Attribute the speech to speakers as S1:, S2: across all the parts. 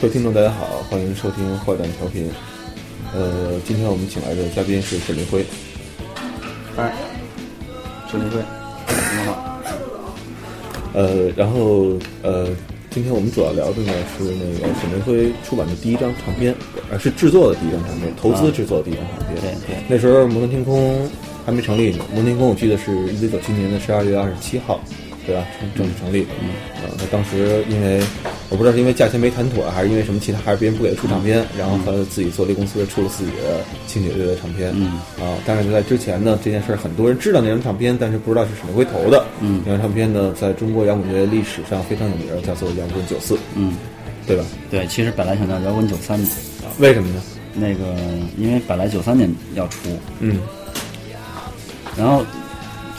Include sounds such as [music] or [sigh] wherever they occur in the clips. S1: 各位听众，大家好，欢迎收听坏蛋调频。呃，今天我们请来的嘉宾是沈林辉，
S2: 哎，沈林辉，你好。
S1: 呃，然后呃，今天我们主要聊的呢是那个沈林辉出版的第一张唱片，呃，是制作的第一张唱片，投资制作的第一张唱片。
S2: 对对
S1: 那时候摩登天空还没成立呢，摩登天空我记得是一九九七年的十二月二十七号，对吧？正正式成立。嗯。呃，那当时因为我不知道是因为价钱没谈妥，啊还是因为什么其他，还是别人不给他出唱片，然后
S2: 嗯
S1: 他自己做了一公司出了自己的轻喜乐队的唱片。
S2: 嗯。
S1: 啊，但是在之前呢，这件事儿很多人知道那张唱片，但是不知道是沈回头的。
S2: 嗯
S1: 那张唱片呢，在中国摇滚乐历史上非常有名，叫做《摇滚九四》，
S2: 嗯，
S1: 对吧？啊
S2: 对，其实本来想叫摇滚九三的，
S1: 为什么呢？
S2: 那个因为本来九三年要出，
S1: 嗯
S2: 然后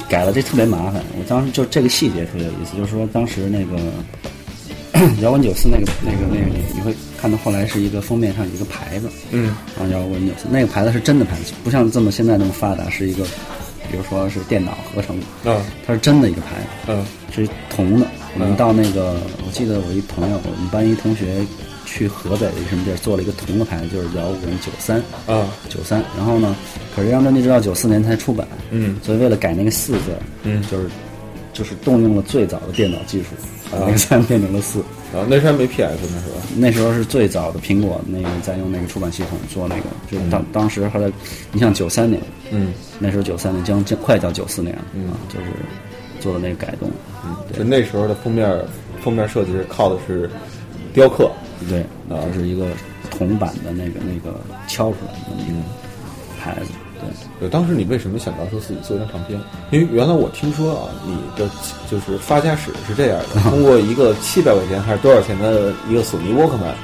S2: 改了这特别麻烦。我当时就这个细节特别有意思，就是说当时那个 [clears throat] 摇滚九四那个那个那个，你你会看到后来是一个封面上有一个牌子，
S1: 嗯
S2: 啊，摇滚九四那个牌子是真的牌子，不像这么现在那么发达，是一个比如说是电脑合成的，
S1: 啊
S2: 它是真的一个牌子。
S1: 嗯
S2: 是铜的。我们
S1: 嗯
S2: 到那个，我记得我一朋友，我们班一同学去河北的一个什么地儿做了一个铜的牌子，就是摇滚九三
S1: 啊
S2: 九三。然后呢，可是这张专辑直到九四年才出版，
S1: 嗯
S2: 所以为了改那个四字，
S1: 嗯
S2: 就是就是动用了最早的电脑技术，把那个三变成了四。
S1: 啊，那时候还没 PS 呢，是吧？
S2: 那时候是最早的苹果那个在用那个出版系统做那个，就是当当时后来，你像九三年，
S1: 嗯。
S2: 那时候九三年将将快到九四年了，
S1: 嗯
S2: 啊，就是做的那个改动，对
S1: 就那时候的封面封面设计是靠的是雕刻，
S2: 对，
S1: 啊
S2: 就是一个铜版的那个那个敲出来的那个牌子，对，
S1: 对，当时你为什么想到说自己做一张唱片？因为原来我听说啊，你的就是发家史是这样的，通过一个七百块钱还是多少钱的一个索尼沃克曼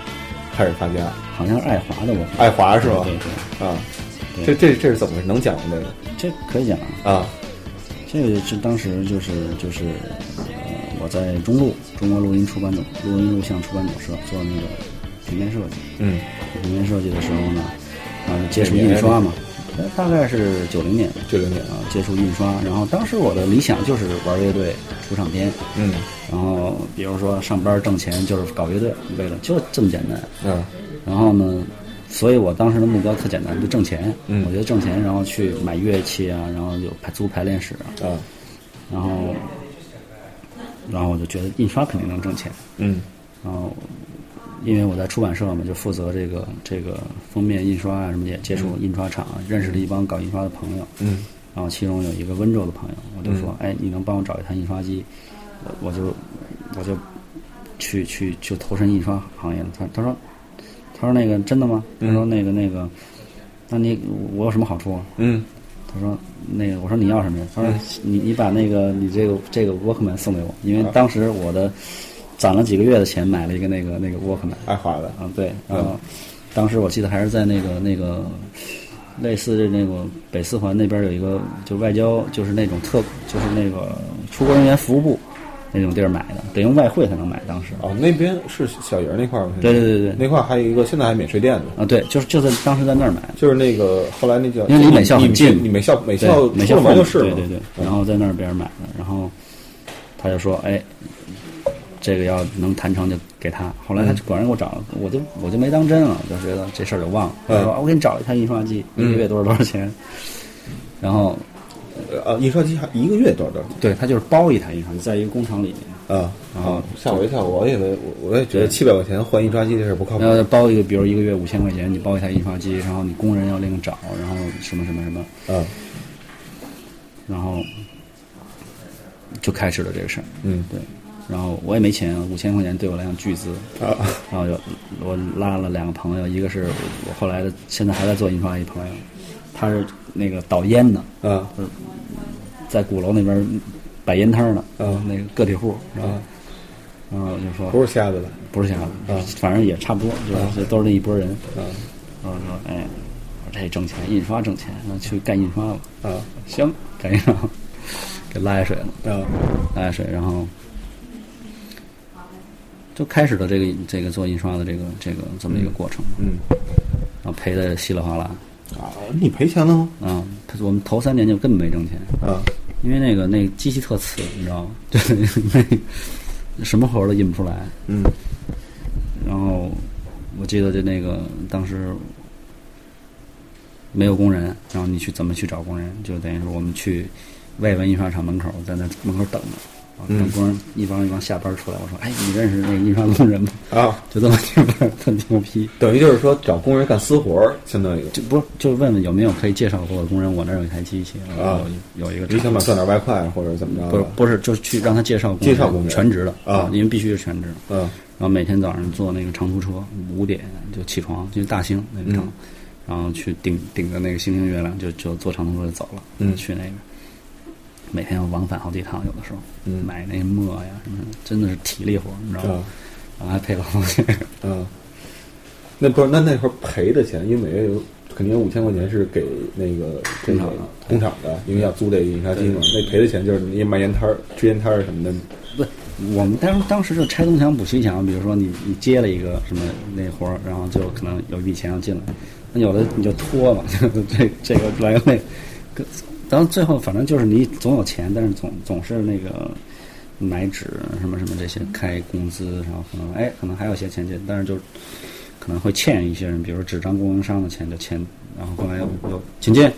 S1: 开始发家，
S2: 好像是爱华的我看，
S1: 爱华是吧？
S2: 对对，
S1: 啊，这这这是怎么能讲吗？这个
S2: 这可以讲啊，
S1: 啊，
S2: 这个是当时就是就是呃，我在中路中国录音出版总录音录像出版总社做那个平面设计，
S1: 嗯
S2: 做平面设计的时候呢，啊接触印刷嘛，呃大概是九零年
S1: 九零年
S2: 啊接触印刷，然后当时我的理想就是玩乐队出唱片，
S1: 嗯
S2: 然后比如说上班挣钱就是搞乐队，为了就这么简单。
S1: 啊
S2: 然后呢，所以我当时的目标特简单，就挣钱。
S1: 嗯
S2: 我觉得挣钱，然后去买乐器啊，然后有排租排练室啊，
S1: 啊
S2: 然后，然后我就觉得印刷肯定能挣钱。
S1: 嗯
S2: 然后，因为我在出版社嘛，就负责这个这个封面印刷啊什么，也接触印刷厂，认识了一帮搞印刷的朋友。
S1: 嗯
S2: 然后其中有一个温州的朋友，我就说，哎，你能帮我找一台印刷机？我我就我就去去就投身印刷行业了。他他说他说那个真的吗？他说那个那个，那你我有什么好处啊？
S1: 嗯
S2: 他说那个我说你要什么呀？他说你你把那个你这个这个 Walkman 送给我，因为当时我的攒了几个月的钱买了一个那个那个 Walkman。
S1: 爱华的
S2: 啊，对，然后当时我记得还是在那个那个类似的那个北四环那边有一个，就外交就是那种特就是那个出国人员服务部那种地儿买的，得用外汇才能买。当时，
S1: 哦，那边是小圆那块儿吗？
S2: 对对对对
S1: 那块儿还有一个现在还免税店呢。
S2: 啊，对，就是就在当时在那儿买的，
S1: 就是那个后来那叫，
S2: 因为离美校很近
S1: 你美校美
S2: 对
S1: 校
S2: 美
S1: 出
S2: 校
S1: 了门
S2: 后
S1: 就是
S2: 对
S1: 嘛
S2: 对对，然后在那边买的，然后他就说，哎。这个要能谈成就给他。后来他就果然给我找了，我就我就没当真了，就觉得这事儿就忘了。
S1: 嗯
S2: 他说啊我给你找一台印刷机，一个
S1: 嗯
S2: 月多少多少钱？然后
S1: 呃，印刷机还一个月多少多少
S2: 对，它就是包一台印刷机，在一个工厂里面，
S1: 钱啊？
S2: 后
S1: 啊，吓我一跳，我以为我我也觉得七百块钱换印刷机这事儿不靠谱
S2: 然。后包一个，比如一个月五千块钱，你包一台印刷机，然后你工人要另找，然后什么什么什么，
S1: 啊，
S2: 然后就开始了这个事儿。
S1: 嗯
S2: 对，然后我也没钱，五千块钱对我来讲巨资，
S1: 啊，
S2: 然后就我拉了两个朋友，一个是我后来的，现在还在做印刷一朋友，他是那个倒烟的，
S1: 啊
S2: 在鼓楼那边摆烟摊儿的，
S1: 嗯
S2: 那个个体户，然后
S1: 啊，
S2: 然后我就说
S1: 不是瞎子吧？
S2: 不是想，
S1: 嗯
S2: 反正也差不多，就是都是那一拨人。
S1: 啊
S2: 然后说，哎，我说这挣钱，印刷挣钱，那去干印刷吧。
S1: 啊
S2: [laughs] 行，干印刷，给拉下水了，
S1: 啊
S2: 拉下水，然后就开始了这个这个做印刷的这个这个这么一个过程，
S1: 嗯
S2: 然后赔的稀里哗啦。
S1: 啊，你赔钱了吗？
S2: 啊、他我们头三年就根本没挣钱，
S1: 啊
S2: 因为那个那个机器特次，你知道吗？ [laughs] 就是那什么活儿都印不出来。
S1: 嗯
S2: 然后我记得就那个当时没有工人，然后你去怎么去找工人？就等于是我们去外文印刷厂门口，在那门口等着。啊
S1: 嗯
S2: 等工人一帮一帮下班出来，我说：“哎，你认识那个印刷工人吗
S1: 啊，？”
S2: 就这么这么特牛批，
S1: 等于就是说找工人干私活儿，相当于
S2: 就不就是问问有没有可以介绍给我的工人？我那儿有一台机器，然后有有一个
S1: 你
S2: 厂
S1: 想
S2: 子
S1: 想赚点外快或者怎么
S2: 不
S1: 着
S2: 是
S1: 的？
S2: 不是，就是去让他介绍工
S1: 啊介绍工人
S2: 全职的
S1: 啊
S2: 因为必须是全职。
S1: 嗯
S2: 然后每天早上坐那个长途车，五点就起床，就是大兴那个
S1: 嗯
S2: 城，然后去顶顶着那个星星月亮，就就坐长途车就走了，
S1: 嗯
S2: 去那个。每天要往返好几趟，有的时候、
S1: 嗯
S2: 买那墨呀什么的，真的是体力活，你知道吗？
S1: 啊
S2: 然后还配老东西，
S1: 啊，那不是那那会儿赔的钱，因为每月有肯定有五千块钱是给那个这
S2: 工
S1: 个
S2: 厂的
S1: 工厂的，因为要租这个印刷机嘛。
S2: 对
S1: 那赔的钱就是你卖烟摊儿、吃烟摊儿什么的。
S2: 不，我们当当时就拆东墙补西墙，比如说你你接了一个什么那活儿，然后就可能有一笔钱要进来，那有的你就拖了， [laughs] 这这个来个那个，当然最后反正就是你总有钱，但是总总是那个买纸什么什么这些开工资，然后可能哎可能还有些钱进，但是就可能会欠一些人，比如说纸张供应商的钱就欠，然后后来又又请进，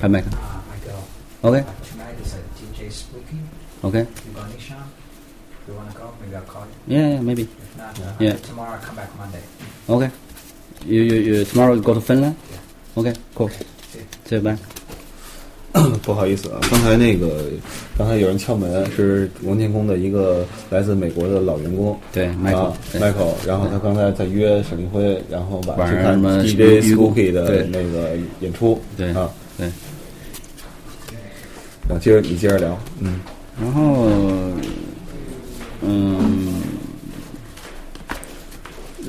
S2: 拍麦克
S3: Uh, I go,
S2: ，OK
S3: uh, tonight is a DJ Spooky.
S2: OK，
S3: You got any Sean? You want to go? Maybe I'll call you.
S2: 耶、yeah, maybe。
S3: If not, uh,
S2: Yeah.
S3: tomorrow I'll come back Monday.
S2: Okay. You you you tomorrow you go to Finland? Okay, cool.
S3: See you.
S2: See you back.
S1: 不好意思啊，刚才那个刚才有人敲门，是王建工的一个来自美国的老员工。
S2: 对，Michael，
S1: 啊
S2: 对
S1: Michael，然后他刚才在约沈立辉，然后晚
S2: 晚
S1: 去
S2: 上
S1: 看
S2: 什么
S1: DJ
S2: 预估
S1: Spooky 的
S2: 对
S1: 那个演出，
S2: 对
S1: 啊，
S2: 对。
S1: 然后接着你接着聊，嗯
S2: 然后，嗯，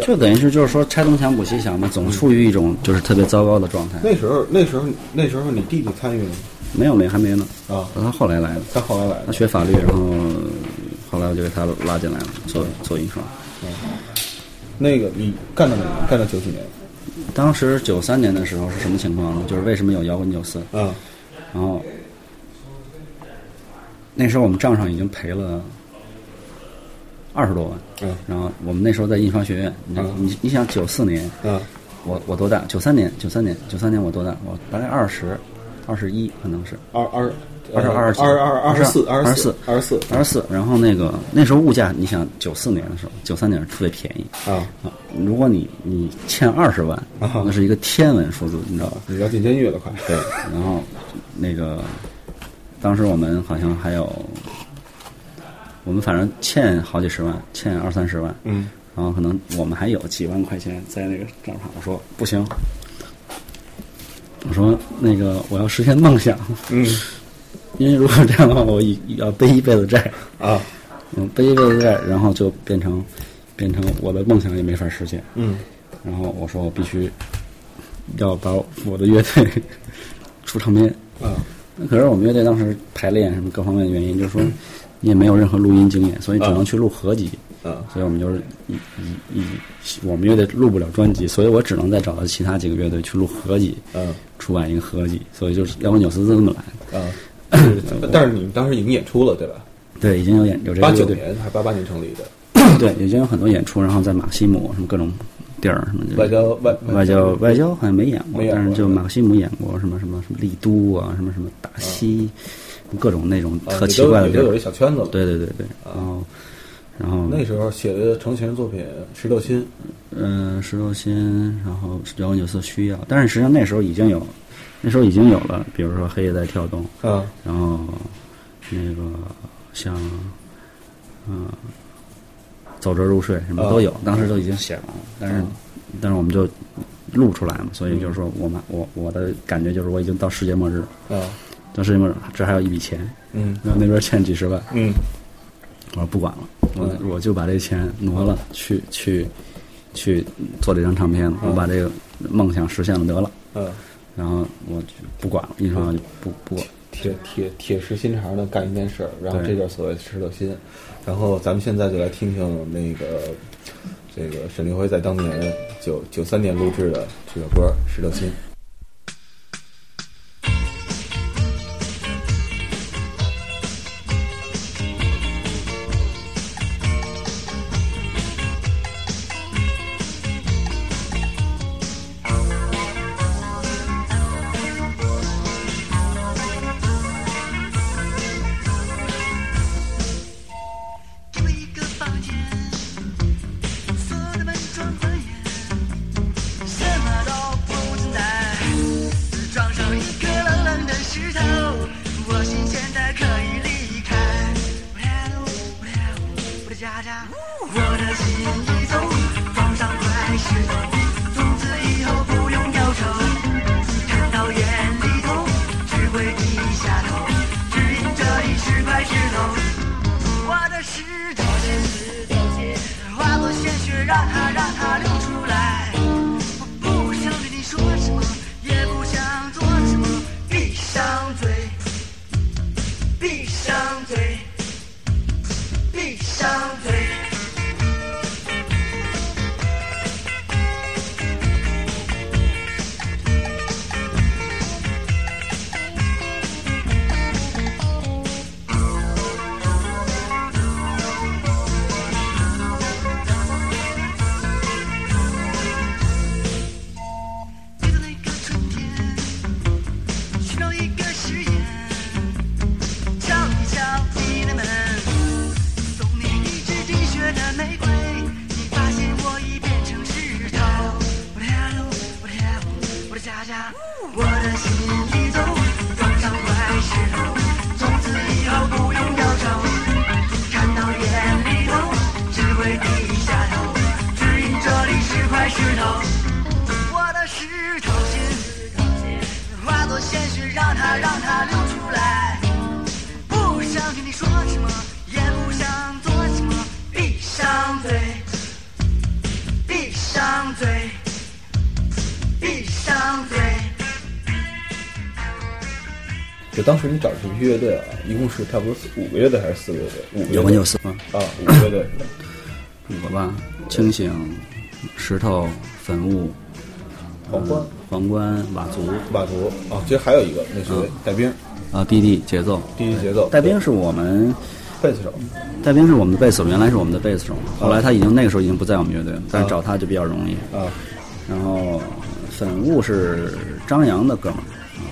S2: 就等于是就是说拆东墙补西墙嘛，总处于一种就是特别糟糕的状态。
S1: 那时候那时候那时候你弟弟参与了吗？
S2: 没有没还没呢，
S1: 啊，
S2: 他后来来的，
S1: 他后来来
S2: 他
S1: 的，
S2: 学法律，然后后来我就给他拉进来了，做做印刷。
S1: 那个你干到哪年？干到九几年？
S2: 当时九三年的时候是什么情况呢？就是为什么有摇滚九四？
S1: 啊，
S2: 然后那时候我们账上已经赔了二十多万。
S1: 嗯
S2: 然后我们那时候在印刷学院，你、
S1: 嗯
S2: 你你想九四年，
S1: 啊，
S2: 我我多大？九三年，九三年，九三年我多大？我大概二十，二十一可能是
S1: 二二
S2: 二十二
S1: 二
S2: 二十
S1: 二二二十四
S2: 二
S1: 十
S2: 十
S1: 四
S2: 四
S1: 二十四
S2: 二十四。然后那个那时候物价，你想九四年的时候，九三年是特别便宜
S1: 啊，
S2: 啊。如果你你欠二十万，
S1: 啊
S2: 那是一个天文数字，你知道吧？
S1: 你要进监狱了快，
S2: 对，然后那个当时我们好像还有，我们反正欠好几十万，欠二三十万，
S1: 嗯
S2: 然后可能我们还有几万块钱在那个账上。我说不行，我说那个我要实现梦想，
S1: 嗯
S2: 因为如果这样的话，我一要背一辈子债，
S1: 啊
S2: 嗯，背一辈子债，然后就变成变成我的梦想也没法实现。
S1: 嗯
S2: 然后我说我必须要把我的乐队 [laughs] 出唱片。
S1: 啊
S2: 那可是我们乐队当时排练什么各方面的原因，就是
S1: 嗯
S2: 说你也没有任何录音经验，所以只能去录合集。
S1: 啊
S2: 所以我们就是一一一，我们乐队录不了专辑，所以我只能再找到其他几个乐队去录合集，
S1: 嗯
S2: 出版一个合集。所以就是摇滚九四这么来的。
S1: 啊，但是你们当时已经演出了对吧？
S2: 对，已经有演有这个
S1: 八
S2: 乐
S1: 九
S2: 队，
S1: 年还八八年成立的，
S2: [clears throat] 对，已经有很多演出，然后在马西姆什么各种地儿什么的。
S1: 外交外
S2: 嗯外交外交好像没演过
S1: 没，演过嗯
S2: 但是就马克西姆演过什么什么什么丽都啊，什么什么达西，各种那种
S1: 啊
S2: 特奇怪的
S1: 也都
S2: 地儿
S1: 也都。有一小圈子了。
S2: 哦对对对对，然后然后
S1: 啊那时候写的成型作品《石头心》
S2: 嗯、呃，石头心，然后摇滚九四需要，但是实际上那时候已经有，那时候已经有了，比如说黑夜在跳动，
S1: 啊，
S2: 然后那个像嗯、走着入睡什么
S1: 啊
S2: 都有，当时都已经写完了，但是、但是我们就录出来嘛，所以就是说我们我我的感觉就是我已经到世界末日了，
S1: 啊，
S2: 到世界末日这还有一笔钱，
S1: 嗯
S2: 然后那边欠几十万，
S1: 嗯
S2: 我说不管了，我、我就把这钱挪了，去去去做这张唱片了，我把这个梦想实现了得了。
S1: 嗯，
S2: 然后我就不管了，印刷我就不不管了。
S1: 铁铁铁石心肠的干一件事儿，然后
S2: 对
S1: 这就是所谓的石头心。然后咱们现在就来听听那个这个沈立辉在当年九九三年录制的这首歌《石头心》。
S4: 我大家。我的心已走，方上快石头，从此以后不用忧愁。看到远里头，只会低下头，只因这里是块石头。我的石头街，石头街，划过鲜血，让它让它流出来。我不想对你说什么，也不想做什么，闭上嘴，闭上嘴，闭上嘴。记得那个春天，寻找一个誓言，敲一敲你的门，送你一支滴血的玫瑰。你发现我已变成石头，我的家路，我的家路，我的家家，我的心已走，撞上块石头，从此以后不用忧愁。看到眼里头，只会低下头，只因这里是块石头。我的石头心，化作鲜血，让它让它流出来。不想听你说什么，也不想做什么，闭上嘴，闭上嘴，闭上嘴。
S1: 就当时你找的这批乐队啊，一共是差不多四五个乐队还是四个乐队？五个乐
S2: 有
S1: 队
S2: 文有四吗？
S1: 啊，五个乐队是吧？
S2: 五个嗯吧，清醒、石头、粉雾、
S1: 皇冠、
S2: 皇冠、嗯佤族
S1: 马图啊，其实还有一个那是带兵，
S2: 啊，弟弟节奏。
S1: 第一节奏
S2: 戴兵是我们，
S1: 贝斯手，
S2: 戴兵是我们的贝斯手，原来是我们的贝斯手，后来他已经那个时候已经不在我们乐队了，但是找他就比较容易。
S1: 啊，
S2: 然后粉雾是张扬的哥们儿，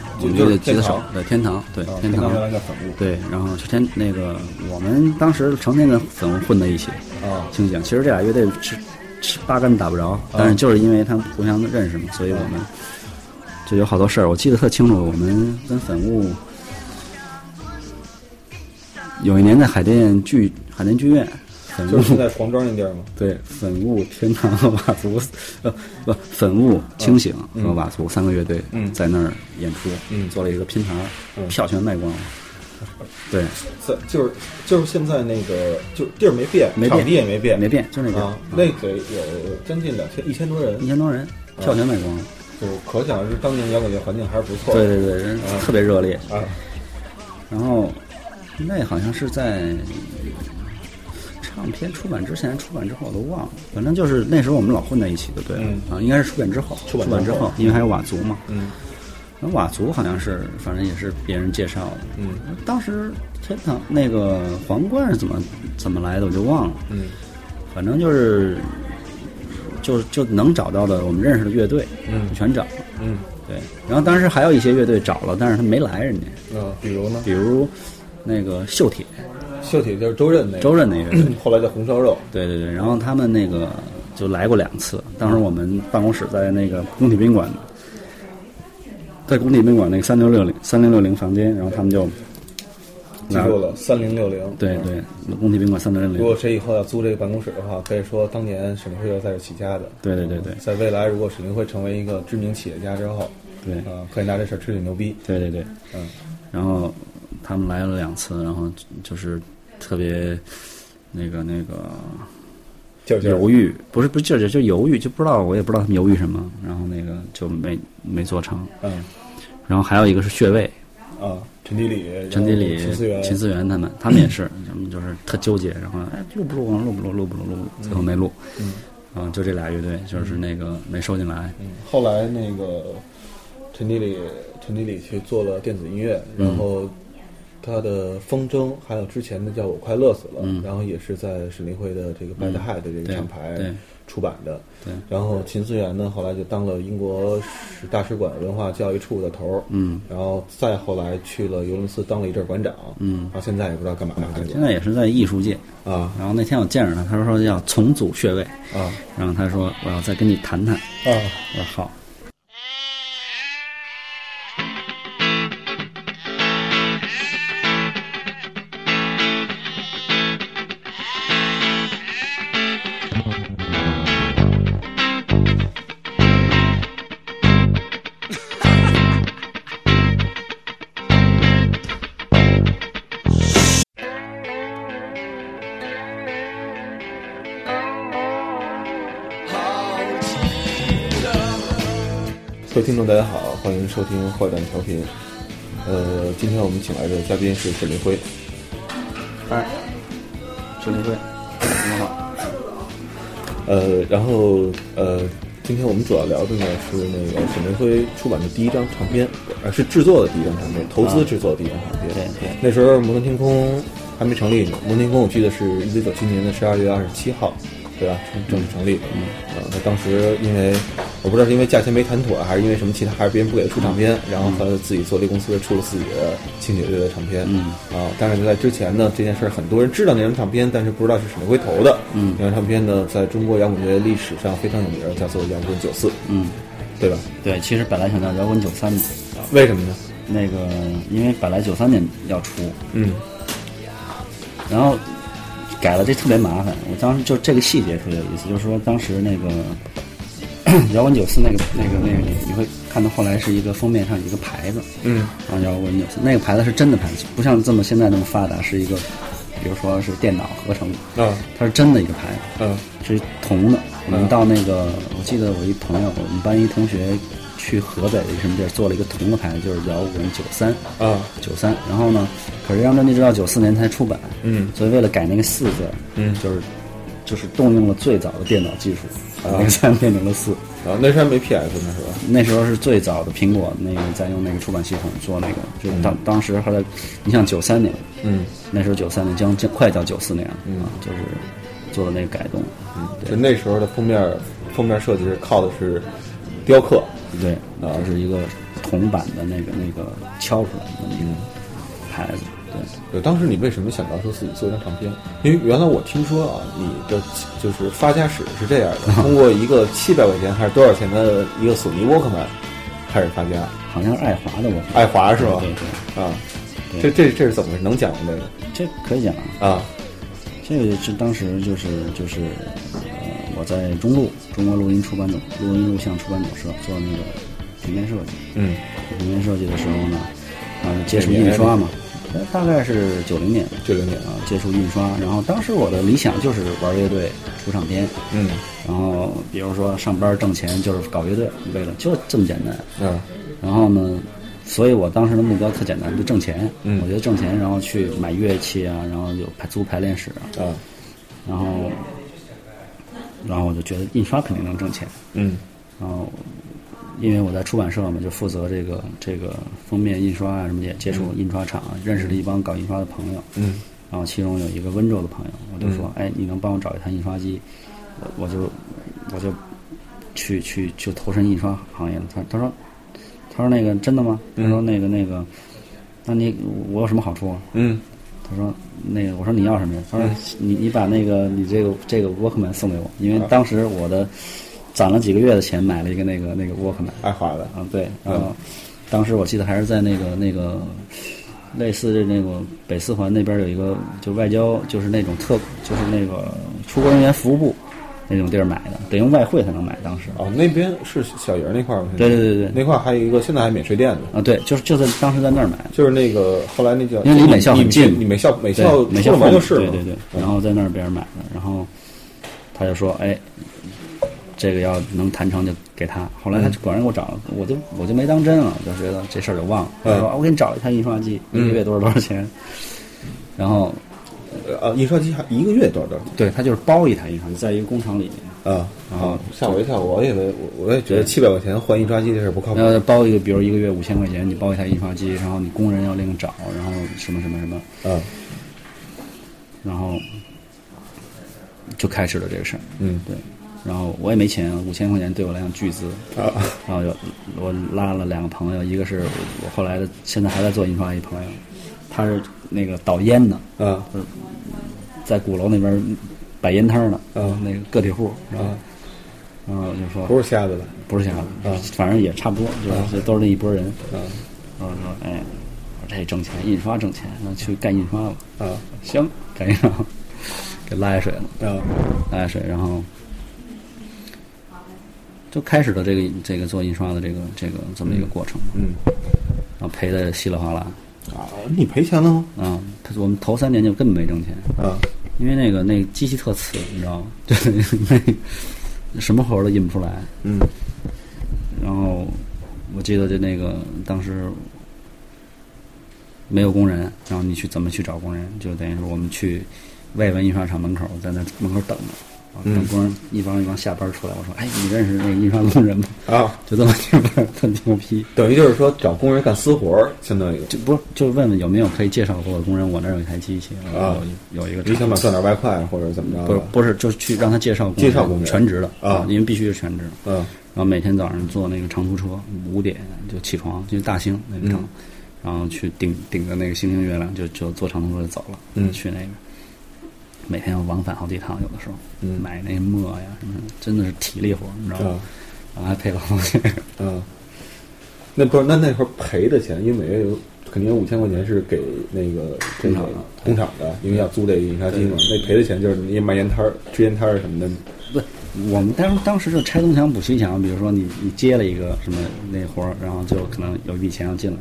S2: 啊我们乐队吉他手，对天堂，对
S1: 啊，哦天
S2: 天
S1: 堂
S2: 堂
S1: 原，来叫粉雾
S2: 对，然后天那个我们当时成天跟粉雾混在一起，
S1: 啊，
S2: 清醒。其实这俩乐队是是八竿子打不着，但是就是因为他们互相认识嘛，所以我们就有好多事儿。我记得特清楚，我们跟粉雾有一年在海淀剧海淀剧院，粉
S1: 就是
S2: [laughs] 雾
S1: 现在黄庄那地儿吗？
S2: 对粉雾天堂和佤族呃不粉雾清醒和佤族三个乐队
S1: 嗯
S2: 在那儿演出，
S1: 嗯
S2: 做了一个拼盘儿，
S1: 嗯
S2: 票全卖
S1: [laughs]
S2: 光了。对，
S1: 在就是就是现在那个就地儿没变，
S2: 没
S1: 场
S2: 变
S1: 地也没变，
S2: 没变，就那嗯个、
S1: 啊，那个有将近两千一千多人
S2: 一，千多人，
S1: 啊
S2: 票全卖光了。
S1: 就是可想而知当年摇滚乐环境还是不错
S2: 对
S1: 的。
S2: 对对，人
S1: 啊
S2: 特别热烈。
S1: 啊，
S2: 然后那好像是在唱片出版之前、出版之后我都忘了，反正就是那时候我们老混在一起就对了、
S1: 嗯
S2: 啊，应该是出版之后，
S1: 出
S2: 出
S1: 版之
S2: 之
S1: 后
S2: 后，因为还有佤族嘛，
S1: 嗯
S2: 然后佤族好像是反正也是别人介绍的，
S1: 嗯
S2: 当时天堂那个皇冠是怎么怎么来的我就忘了，
S1: 嗯
S2: 反正就是就就能找到的我们认识的乐队，
S1: 嗯
S2: 全找了，
S1: 嗯
S2: 对，然后当时还有一些乐队找了，但是他没来，人家
S1: 啊，比如呢，
S2: 比如那个锈铁，
S1: 哎秀体就是周润那个，
S2: 周润那
S1: [clears throat]
S2: 乐队，
S1: 后来叫红烧肉，
S2: 对对对，然后他们那个就来过两次，当时我们办公室在那个工体宾馆，在工体宾馆那个三六六零三零六零房间，然后他们就
S1: 记住了三零六零。
S2: 对对，工体宾馆三六六
S1: 如果
S2: 零，
S1: 谁以后要租这个办公室的话，可以说当年沈凌辉就是在这起家的。嗯
S2: 对对对对
S1: 在未来，如果沈凌辉成为一个知名企业家之后，
S2: 对
S1: 啊、可以拿这事儿吹吹牛逼。
S2: 对对对，
S1: 嗯，
S2: 然后他们来了两次，然后就是特别那个那个
S1: 劲儿劲儿
S2: 犹豫，不是不是劲儿劲儿，就犹豫，就不知道我也不知道他们犹豫什么，然后那个就没没做成，
S1: 嗯
S2: 然后还有一个是穴位。
S1: 啊，陈迪礼、
S2: 陈迪礼、
S1: 然后秦思源、嗯
S2: 秦思源他们，他们也是，他们就是特纠结，然后哎录不录啊，录不录，录不录，录不录，最后没录。
S1: 嗯
S2: 嗯，就这俩乐队，就是那个没收进来。
S1: 嗯，后来那个陈迪礼，陈迪礼去做了电子音乐，
S2: 嗯
S1: 然后他的风筝，还有之前的叫我快乐死了，
S2: 嗯
S1: 然后也是在沈立辉的这个 Bad High 的这个
S2: 对
S1: 厂牌
S2: 对
S1: 出版的。
S2: 对
S1: 然后秦思源呢，后来就当了英国使大使馆文化教育处的头儿，
S2: 嗯
S1: 然后再后来去了尤伦斯当了一阵儿馆长，
S2: 嗯
S1: 然后现在也不知道干嘛去
S2: 现
S1: 了
S2: 在也是在艺术界。
S1: 啊
S2: 然后那天我见着他，他说要重组穴位，
S1: 啊
S2: 然后他说我要再跟你谈谈。
S1: 啊！
S2: 我说好。
S4: 啊！
S1: 各位听众，大家好，欢迎收听坏蛋调频。呃，今天我们请来的嘉宾是沈林辉。
S2: 哎，沈林辉，你好，
S1: 呃，然后呃，今天我们主要聊的呢是那个沈凌辉出版的第一张唱片，呃，是制作的第一张唱片，投资制作的第一张唱片。
S2: 啊对对
S1: 那时候摩登天空还没成立呢，摩登天空我记得是一九九七年的十二月二十七号，对吧？正正式成立。嗯。呃，那当时因为我不知道是因为价钱没谈妥，啊还是因为什么其他，还是别人不给他出唱片，然后他自己做这公司出了自己的轻乐队的唱片。
S2: 嗯。
S1: 啊，但是在之前呢，这件事儿很多人知道那张唱片，但是不知道是沈凌辉投的。
S2: 嗯
S1: 那张唱片呢，在中国摇滚乐历史上非常有名，叫做《摇滚九四》，
S2: 嗯，
S1: 对吧？
S2: 对，其实本来想叫摇滚九三的，
S1: 为什么呢？
S2: 那个因为本来九三年要出，
S1: 嗯
S2: 然后改了这特别麻烦。我当时就这个细节特别有意思，就是说当时那个 [coughs] 摇滚九四那个那个那个你你会看到后来是一个封面上有一个牌子，
S1: 嗯
S2: 啊摇滚九四那个牌子是真的牌子，不像这么现在那么发达，是一个比如说是电脑合成，
S1: 啊
S2: 它是真的一个牌子，
S1: 嗯
S2: 是铜的。我们
S1: 嗯
S2: 到那个，我记得我一朋友，我们班一同学去河北一个什么地儿做了一个铜的牌子，就是摇滚九三。
S1: 啊
S2: 九三，然后呢，可是这张专辑直到九四年才出版，
S1: 嗯
S2: 所以为了改那个四字，
S1: 嗯
S2: 就是就是动用了最早的电脑技术，把
S1: 嗯
S2: 那个三变成了四。
S1: 啊，那时候还没 PS 呢，是吧？
S2: 那时候是最早的苹果那个在用那个出版系统做那个，就是当当时后来，你像九三年，
S1: 嗯，
S2: 那时候九三年将将快到九四年了，
S1: 嗯
S2: 啊，就是做的那个改动，嗯，
S1: 就那时候的封面封面设计是靠的是雕刻。
S2: 对，啊，是一个铜版的那个那个敲出来的那么一个牌子，对，
S1: 呃，当时你为什么想到说自己做一张唱片？因为原来我听说啊，你的就是发家史是这样的，通过一个七百块钱还是多少钱的一个索尼 Walkman 开始发家，
S2: 好像是爱华的，我记得
S1: 爱华是吧？
S2: 对对。
S1: 啊，这这这是怎么能讲的这个
S2: 这可以讲啊，
S1: 啊？
S2: 这个是当时就是就是，呃，我在中路中国录音出版总录音录像出版总社做那个平面设计，
S1: 嗯
S2: 平面设计的时候呢，呃，接触印刷嘛，呃大概是九零年，
S1: 90年
S2: 啊，接触印刷，然后当时我的理想就是玩乐队出唱片，
S1: 嗯
S2: 然后比如说上班挣钱就是搞乐队，为了就这么简单，
S1: 啊
S2: 然后呢，所以我当时的目标特简单，就挣钱。
S1: 嗯
S2: 我觉得挣钱，然后去买乐器啊，然后有排租排练室啊，
S1: 啊
S2: 然后，然后我就觉得印刷肯定能挣钱。
S1: 嗯
S2: 然后，因为我在出版社嘛，就负责这个这个封面印刷啊什么的，也接触印刷厂，认识了一帮搞印刷的朋友。
S1: 嗯
S2: 然后其中有一个温州的朋友，我就说：“哎，你能帮我找一台印刷机？”我我就我就去去就投身印刷行业了。他他说他说那个真的吗？他说那个那个，那你我有什么好处啊？
S1: 嗯
S2: 他说那个我说你要什么呀？他说你你把那个你这个这个 Walkman 送给我，因为当时我的攒了几个月的钱买了一个那个那个 Walkman。
S1: 爱华的
S2: 啊，对，然后当时我记得还是在那个那个类似的那个北四环那边有一个，就外交就是那种特就是那个出国人员服务部那种地儿买的，得用外汇才能买。当时
S1: 哦，那边是小营那块儿吗？
S2: 对对对对
S1: 那块儿还有一个现在还免税店呢。
S2: 啊，对，就是就在当时在那儿买的。
S1: 就是那个后来那叫，
S2: 因为离美校很近
S1: 你美校美
S2: 对
S1: 校
S2: 美
S1: 出
S2: 校
S1: 了啊门
S2: 后
S1: 就是
S2: 对
S1: 嘛
S2: 对对，然后在那边买的，然后他就说，哎，这个要能谈成就给他。后来他
S1: 嗯
S2: 果然给我找了，我就我就没当真了，就觉得这事儿就忘了。他
S1: 嗯
S2: 说、啊我给你找一台印刷机，一个
S1: 嗯
S2: 月多少多少钱，然后
S1: 呃，印刷机还一个月多少多少钱
S2: 对他就是包一台印刷机，在一个工厂里面。
S1: 啊？
S2: 哦
S1: 吓我一跳，我以为我我也觉得七百块钱换印刷机这事儿不靠谱
S2: 然。后包一个，比如一个月五千块钱，你包一台印刷机，然后你工人要另找，然后什么什么什么，
S1: 嗯
S2: 然后就开始了这个事儿。
S1: 嗯
S2: 对，然后我也没钱，五千块钱对我来讲巨资，
S1: 啊
S2: 然后就我拉了两个朋友，一个是我后来的，现在还在做印刷的一朋友，他是那个倒烟的，
S1: 啊
S2: 在鼓楼那边摆烟摊儿的，
S1: 嗯
S2: 那个个体户，然后
S1: 啊！
S2: 然后我就说
S1: 不是瞎子吧？
S2: 不是瞎子，
S1: 嗯
S2: 反正也差不多，就是这都是那一波人。
S1: 啊
S2: 然后说，哎，我说这挣钱，印刷挣钱，那去干印刷吧。
S1: 啊
S2: [laughs] 行，干印刷，给拉下水了。
S1: 啊！
S2: 拉下水，然后就开始了这个这个做印刷的这个这个这么一个过程，
S1: 嗯
S2: 然后赔的稀里哗啦
S1: 啊！你赔钱了吗？
S2: 啊！他我们头三年就根本没挣钱，
S1: 啊
S2: 因为那个那个机器特次，你知道吗？ [laughs] 就是那什么活儿都印不出来，
S1: 嗯
S2: 然后记得就那个当时没有工人，然后你去怎么去找工人？就等于说我们去外文印刷厂门口，在那门口等着。啊
S1: 嗯
S2: 等工人一帮一帮下班出来，我说：“哎，你认识那个印刷工人吗 [laughs]
S1: 啊，？”
S2: 就这么去问，特牛批。
S1: 等于就是说找工人干私活儿，相当于
S2: 就不是就问问有没有可以介绍给我的工人，我那儿有一台机器，
S1: 啊
S2: 有有一个
S1: 你想想赚点外快或者怎么着
S2: 不是
S1: 的？
S2: 不是，就是去让他介绍
S1: 啊介绍工人
S2: 全职的
S1: 啊
S2: 因为必须是全职。
S1: 嗯
S2: 然后每天早上坐那个长途车，五点就起床，就是大兴那个
S1: 嗯
S2: 城，然后去顶顶着那个星星月亮，就就坐长途车就走了，
S1: 嗯
S2: 去那个。每天要往返好几趟，有的时候、
S1: 嗯
S2: 买那墨呀什么的，真的是体力活，你知道吗
S1: 啊？
S2: 然后还配老东西，
S1: 嗯，那不是那那会儿赔的钱，因为每个月有肯定有五千块钱是给那个这
S2: 工
S1: 个
S2: 厂的
S1: 工厂的，因为要租这个印刷机嘛。
S2: 对
S1: 那赔的钱就是你卖烟摊儿、吃烟摊儿什么的。
S2: 不，我们当当时就拆东墙补西墙，比如说你你接了一个什么那活儿，然后就可能有一笔钱要进来，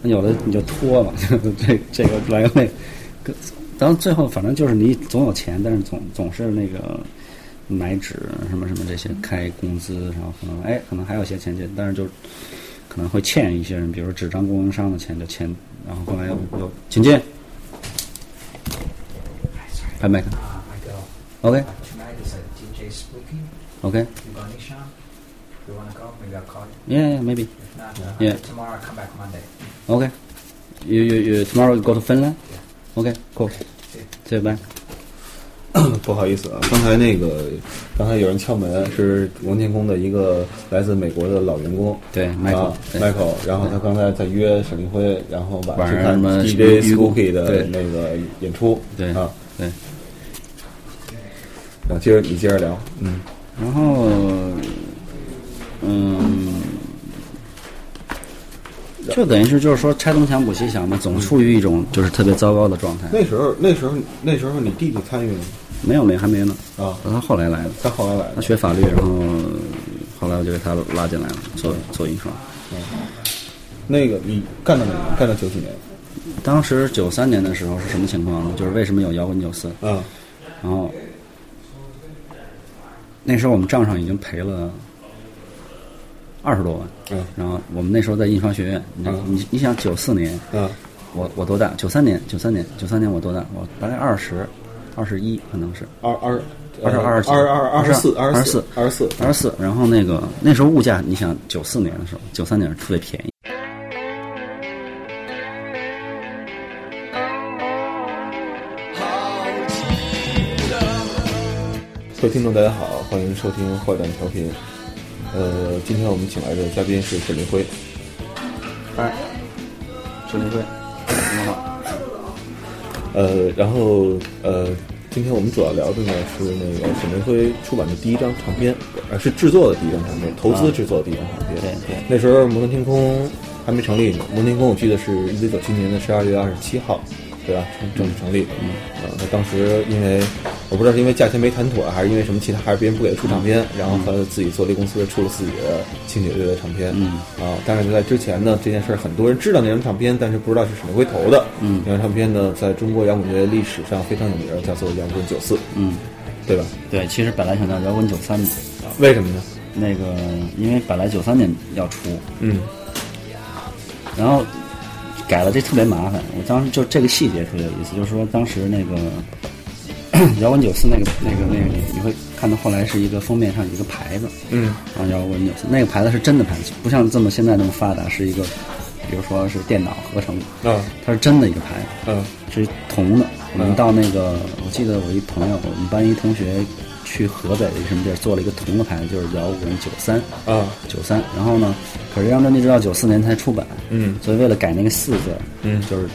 S2: 那有的你就拖嘛，这这个来个那个，跟然后最后反正就是你总有钱，但是总总是那个买纸什么什么这些开工资，然后可能哎可能还有些钱进，但是就可能会欠一些人，比如说纸张供应商的钱就欠，然后后来又又请进
S3: Hi, sorry.
S2: 拍麦克
S3: Uh, my girl.
S2: ，OK
S3: Uh, tonight is a DJ Spooky.
S2: OK，
S3: You got any Sean? If you want to go, maybe I'll call you.
S2: 耶、yeah, maybe。
S3: If not, uh,
S2: Yeah.
S3: tomorrow I'll come back Monday.
S2: Okay. You you you tomorrow you go to Finland? Okay, cool.
S3: See you.
S2: 这拜。嗯
S1: 不好意思啊，刚才那个刚才有人敲门，是王建工的一个来自美国的老员工。
S2: 对，Michael，
S1: 啊
S2: 对
S1: Michael，然后他刚才在约沈立辉，然后晚
S2: 晚
S1: 上去
S2: 上
S1: 看
S2: 什么
S1: DJ
S2: 预估
S1: Spooky 的
S2: 对
S1: 那个演出，
S2: 对
S1: 啊，
S2: 对。
S1: 然后接着你接着聊，嗯
S2: 然后，嗯，就等于是就是说拆东墙补西墙嘛，总处于一种就是特别糟糕的状态。
S1: 那时候那时候那时候你弟弟参与了
S2: 没有没还没呢，
S1: 吗啊，
S2: 他后来来的，
S1: 他后来来
S2: 他
S1: 的，
S2: 学法律，然后后来我就给他拉进来了，做做印刷。
S1: 那个你干到哪年？干到九几年？
S2: 当时九三年的时候是什么情况呢？就是为什么有摇滚九四？
S1: 啊
S2: 然后那时候我们账上已经赔了二十多万，
S1: 嗯
S2: 然后我们那时候在印刷学院，你、
S1: 嗯
S2: 你你想九四年，
S1: 啊
S2: 我我多大？九三年，九三年，九三年我多大？我大概二十，二十一可能是
S1: 二二
S2: 二十二
S1: 二
S2: 二十
S1: 二二二十四
S2: 二
S1: 十
S2: 十
S1: 四
S2: 四
S1: 二十四，
S2: 二十四。然后那个那时候物价，你想九四年的时候，九三年是特别便宜。
S1: 各位听众大家好，欢迎收听坏蛋调频，呃，今天我们请来的嘉宾是沈立辉，
S2: 哎，陈立贵，你好。
S1: 呃，然后呃，今天我们主要聊的呢是那个沈凌辉出版的第一张唱片，呃，是制作的第一张唱片，投资制作的第一张唱片。
S2: 啊对对
S1: 那时候摩登天空还没成立呢，摩登天空我记得是一九九七年的十二月二十七号，对吧？正正式成立。嗯。呃，那当时因为我不知道是因为价钱没谈妥，还是因为什么其他，还是别人不给他出唱片，然后他自己做了一公司出了自己的轻喜乐队的唱片。
S2: 嗯。
S1: 啊，但是在之前呢，这件事儿很多人知道那张唱片，但是不知道是沈凌辉投的。
S2: 嗯
S1: 那张唱片呢，在中国摇滚乐历史上非常有名，叫做《摇滚九四》，
S2: 嗯，
S1: 对吧？
S2: 对，其实本来想叫摇滚九三的，
S1: 为什么呢？
S2: 那个因为本来九三年要出，
S1: 嗯
S2: 然后改了，这特别麻烦。我当时就这个细节特别有意思，就是说当时那个嗯摇滚九四那个那个那个，你你会看到后来是一个封面上有一个牌子，
S1: 嗯
S2: 然后摇滚九四那个牌子是真的牌子，不像这么现在那么发达，是一个比如说是电脑合成，
S1: 啊
S2: 它是真的一个牌子，
S1: 啊
S2: 是一铜的。我
S1: 嗯
S2: 们到那个，我记得我一朋友，我们班一同学去河北的一个什么地儿做了一个铜的牌子，就是摇滚九三。
S1: 啊
S2: 九三，然后呢，可是这张专辑直到九四年才出版，
S1: 嗯
S2: 所以为了改那个四字，
S1: 嗯
S2: 就是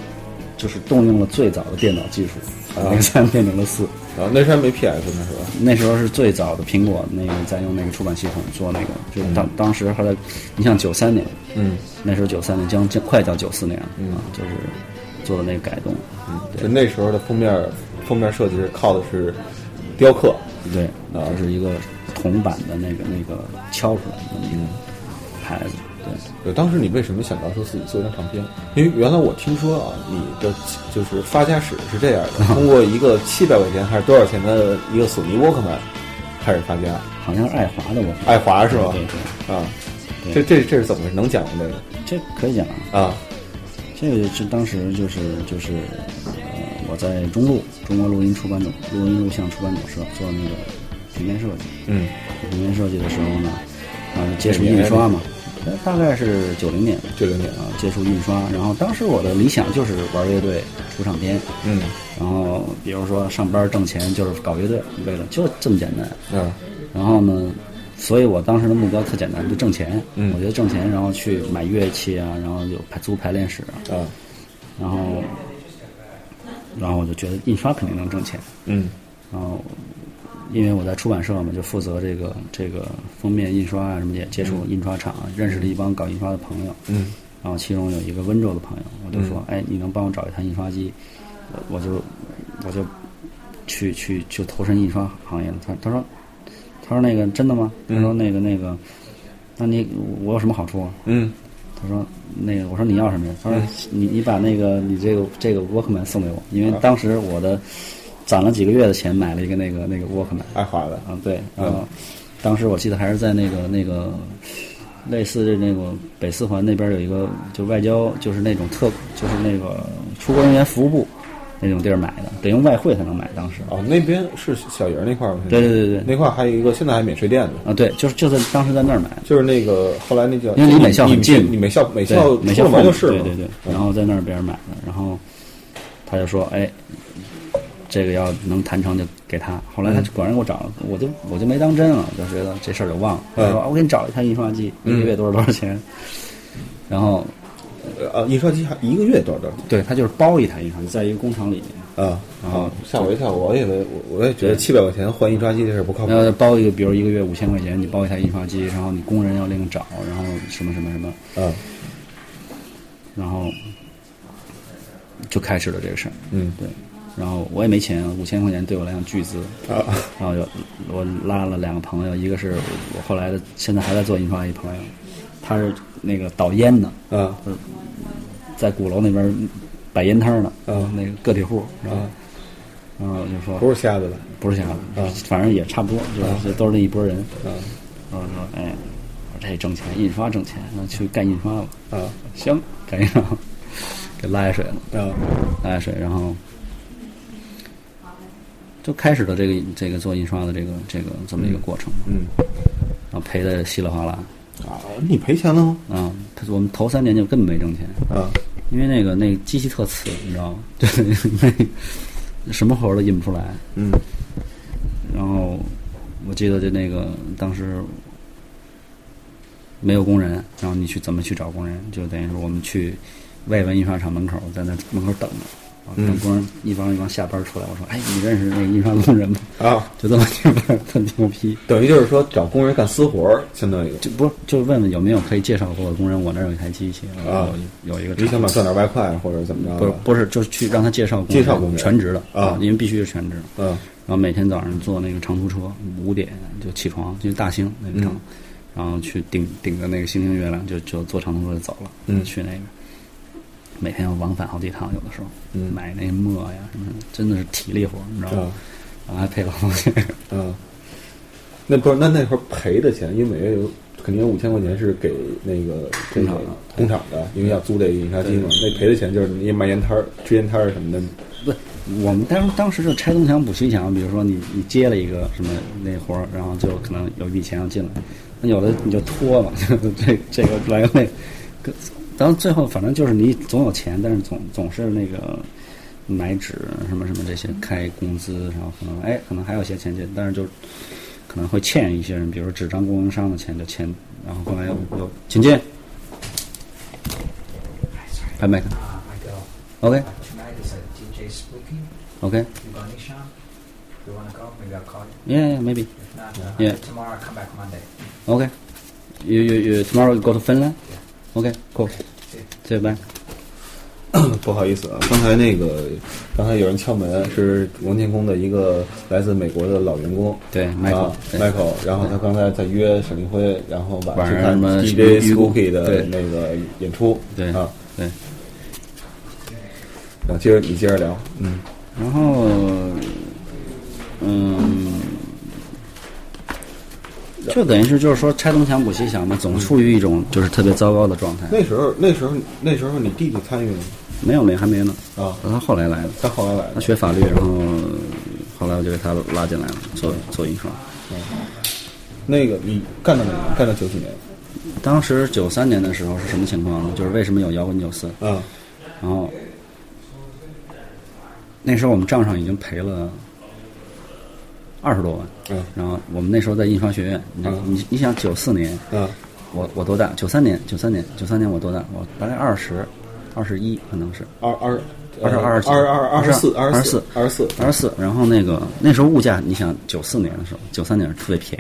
S2: 就是动用了最早的电脑技术，把那个三变成了四。
S1: 啊！那时候还没 PS 呢，是吧？
S2: 那时候是最早的苹果那个在用那个出版系统做那个，就是当当时后来，你像九三年，
S1: 嗯，
S2: 那时候九三年将将快到九四年了，
S1: 嗯
S2: 啊，就是做的那个改动，嗯，
S1: 就那时候的封面封面设计是靠的是雕刻，
S2: 对，
S1: 啊
S2: 就是一个铜版的那个那个敲出来的那么一
S1: 嗯
S2: 个牌子，对。
S1: 对，当时你为什么想到说自己做一张唱片？因为原来我听说啊，你的就是发家史是这样的，通过一个七百块钱还是多少钱的一个索尼沃克曼开始发家，
S2: 好像是爱华的，我
S1: 爱华是吧
S2: 对对对
S1: 啊，这这这是怎么能讲吗？这个
S2: 这可以讲
S1: 啊，
S2: 啊。这个是当时就是就是，呃，我在中录中国录音出版总录音录像出版总社做那个平面设计。
S1: 嗯
S2: 平面设计的时候呢，啊，接触印刷嘛，呃大概是九零年
S1: 90年
S2: 啊，接触印刷。然后当时我的理想就是玩乐队出唱片，
S1: 嗯
S2: 然后比如说上班挣钱就是搞乐队，为了就这么简单。
S1: 啊
S2: 然后呢，所以我当时的目标特简单，就挣钱。
S1: 嗯
S2: 我觉得挣钱，然后去买乐器啊，然后有排租排练室啊，
S1: 啊
S2: 然后，然后我就觉得印刷肯定能挣钱。
S1: 嗯
S2: 然后，因为我在出版社嘛，就负责这个这个封面印刷啊什么的，也接触印刷厂，啊认识了一帮搞印刷的朋友。
S1: 嗯
S2: 然后其中有一个温州的朋友，我就说：“哎，你能帮我找一台印刷机？我我就我就去去就投身印刷行业了。”他他说他说那个真的吗？他说那个那个，那你我有什么好处啊？
S1: 嗯
S2: 他说那个我说你要什么呀？他说你你把那个你这个这个 Walkman 送给我，因为当时我的攒了几个月的钱买了一个那个那个 Walkman。
S1: 爱华的
S2: 啊，对，然后当时我记得还是在那个那个类似的那个北四环那边有一个，就外交就是那种特就是那个出国人员服务部那种地儿买的，得用外汇才能买。当时
S1: 哦，那边是小营那块儿吗？
S2: 对对对对，
S1: 那块儿还有一个现在还免税店呢。
S2: 啊对，就是就在当时在那儿买的。
S1: 就是那个后来那叫，
S2: 因为离美校很
S1: 你
S2: 近
S1: 你美校美
S2: 对
S1: 校
S2: 美
S1: 出了
S2: 校
S1: 门
S2: 门
S1: 就是嘛嗯
S2: 对对对，然后在那边买的，然后他就说，哎，这个要能谈成就给他。后来他果然给我找了，我就我就没当真了，就觉得这事儿就忘了。
S1: 嗯
S2: 他说啊我给你找一台印刷机，一
S1: 嗯
S2: 个月多少多少钱？然后
S1: 呃，印刷机还一个月多少多少钱？
S2: 对他就是包一台印刷机，在一个工厂里面，
S1: 啊
S2: 啊
S1: 吓我一跳！我以为我我也觉得七百块钱换印刷机这事儿不靠谱
S2: 然。后包一个，比如一个月五千块钱，你包一台印刷机，然后你工人要另找，然后什么什么什么，
S1: 嗯
S2: 然后就开始了这个事儿。
S1: 嗯
S2: 对，然后我也没钱，五千块钱对我来讲巨资，
S1: 啊
S2: 然后就我拉了两个朋友，一个是我后来的，现在还在做印刷一朋友，他是那个倒烟的，
S1: 啊
S2: 在鼓楼那边摆烟摊儿的，
S1: 嗯
S2: 那个个体户，然后
S1: 啊！
S2: 然后我就说
S1: 不是瞎子了，
S2: 不是瞎子，
S1: 嗯
S2: 反正也差不多，就是、都是那一拨人，
S1: 嗯
S2: 然后说哎，我说这挣钱，印刷挣钱，那去干印刷吧，
S1: 啊
S2: 行，干印刷，给拉下水了。
S1: 啊
S2: 拉水，然后就开始了这个这个做印刷的这个这个这么一个过程，
S1: 嗯
S2: 然后赔的稀里哗啦。
S1: 啊！你赔钱了吗？
S2: 啊、他我们头三年就根本没挣钱，
S1: 啊
S2: 因为那个那个机器特次，你知道吗？ [laughs] 就是那什么活儿都印不出来。
S1: 嗯
S2: 然后我记得就那个当时没有工人，然后你去怎么去找工人？就等于是我们去外文印刷厂门口，在那门口等着，然后
S1: 嗯
S2: 等工人一帮一帮下班出来。我说：“哎，你认识那个印刷工人吗？”
S1: [laughs] 啊！
S2: 就这么地方特牛批。
S1: 等于就是说找工人干私活儿，相当于
S2: 就不是就问问有没有可以介绍给我的工人，我那儿有一台机器，
S1: 啊
S2: 有有一个
S1: 你想
S2: 厂
S1: 把
S2: 子
S1: 赚点外快啊或者怎么着
S2: 不是
S1: 的？
S2: 不是，就是去让他介绍工人
S1: 介绍工人
S2: 全职的
S1: 啊
S2: 因为必须是全职。
S1: 嗯
S2: 然后每天早上坐那个长途车，五点就起床，就大兴那个厂，
S1: 嗯
S2: 然后去顶顶着那个星星月亮，就就坐长途车就走了，
S1: 嗯
S2: 去那个。每天要往返好几趟，有的时候，
S1: 嗯
S2: 买那墨呀什么的，真的是体力活，你知道吗
S1: 啊？
S2: 然后还配劳动钱，
S1: 啊！那不是那那会儿赔的钱，因为每月有肯定有五千块钱是给那个这个
S2: 工厂的
S1: 工厂的，因为要租这个印刷机嘛。
S2: 对
S1: 那赔的钱就是你卖烟摊儿、吃烟摊儿什么的。
S2: 不，我们当当时就拆东墙补西墙，比如说你你接了一个什么那活儿，然后就可能有一笔钱要进来，那有的你就拖了，就 [laughs] 这这个来回，跟当然最后反正就是你总有钱，但是总总是那个买纸什么什么这些开工资，然后可能哎可能还有些钱进，但是就可能会欠一些人，比如说纸张供应商的钱就欠，然后后来又又请进，拍麦克
S3: Ah, my girl.
S2: OK
S3: Like tonight is a DJ Spooky.
S2: OK，
S3: You got any sham? If you want to go, maybe I'll call you.
S2: 耶、yeah, maybe。
S3: If not, uh,
S2: Yeah.
S3: tomorrow I'll come back Monday.
S2: Okay. You you you tomorrow you go to Finland? Okay, cool.
S3: Yeah.
S2: See you bye.
S1: 不好意思啊，刚才那个，刚才有人敲门，是王建工的一个来自美国的老员工，
S2: 对，Michael，
S1: 啊
S2: 对
S1: Michael，然后他刚才在约沈立辉，然后晚
S2: 晚上
S1: 上
S2: 什么
S1: 去看 DJ
S2: 预估
S1: Spooky 的
S2: 对
S1: 那个演出，
S2: 对
S1: 啊，
S2: 对。
S1: 然后接着你接着聊，嗯
S2: 然后，嗯，
S1: 想。
S2: 就等于是就是说拆东墙补西墙嘛，总处于一种就是特别糟糕的状态。
S1: 那时候，那时候，那时候你弟弟参与了
S2: 没有没有还没呢，
S1: 吗？啊，
S2: 他后来来的，
S1: 他后来来
S2: 他
S1: 的，
S2: 学法律，然后后来我就给他拉进来了，做做印刷。
S1: 那个你干到哪年？干到九几年？
S2: 当时九三年的时候是什么情况呢？就是为什么有摇滚九四？
S1: 啊，
S2: 然后那时候我们账上已经赔了二十多万。
S1: 嗯
S2: 然后我们那时候在印刷学院，你、
S1: 嗯
S2: 你你想九四年，
S1: 啊，
S2: 我我多大？九三年，九三年，九三年我多大？我大概二十，二十一可能是
S1: 二二
S2: 二十二
S1: 二二二十四
S2: 二
S1: 二十
S2: 十四
S1: 四二十四
S2: 二十四。然后那个那时候物价，你想九四年的时候，九三年是特别便宜，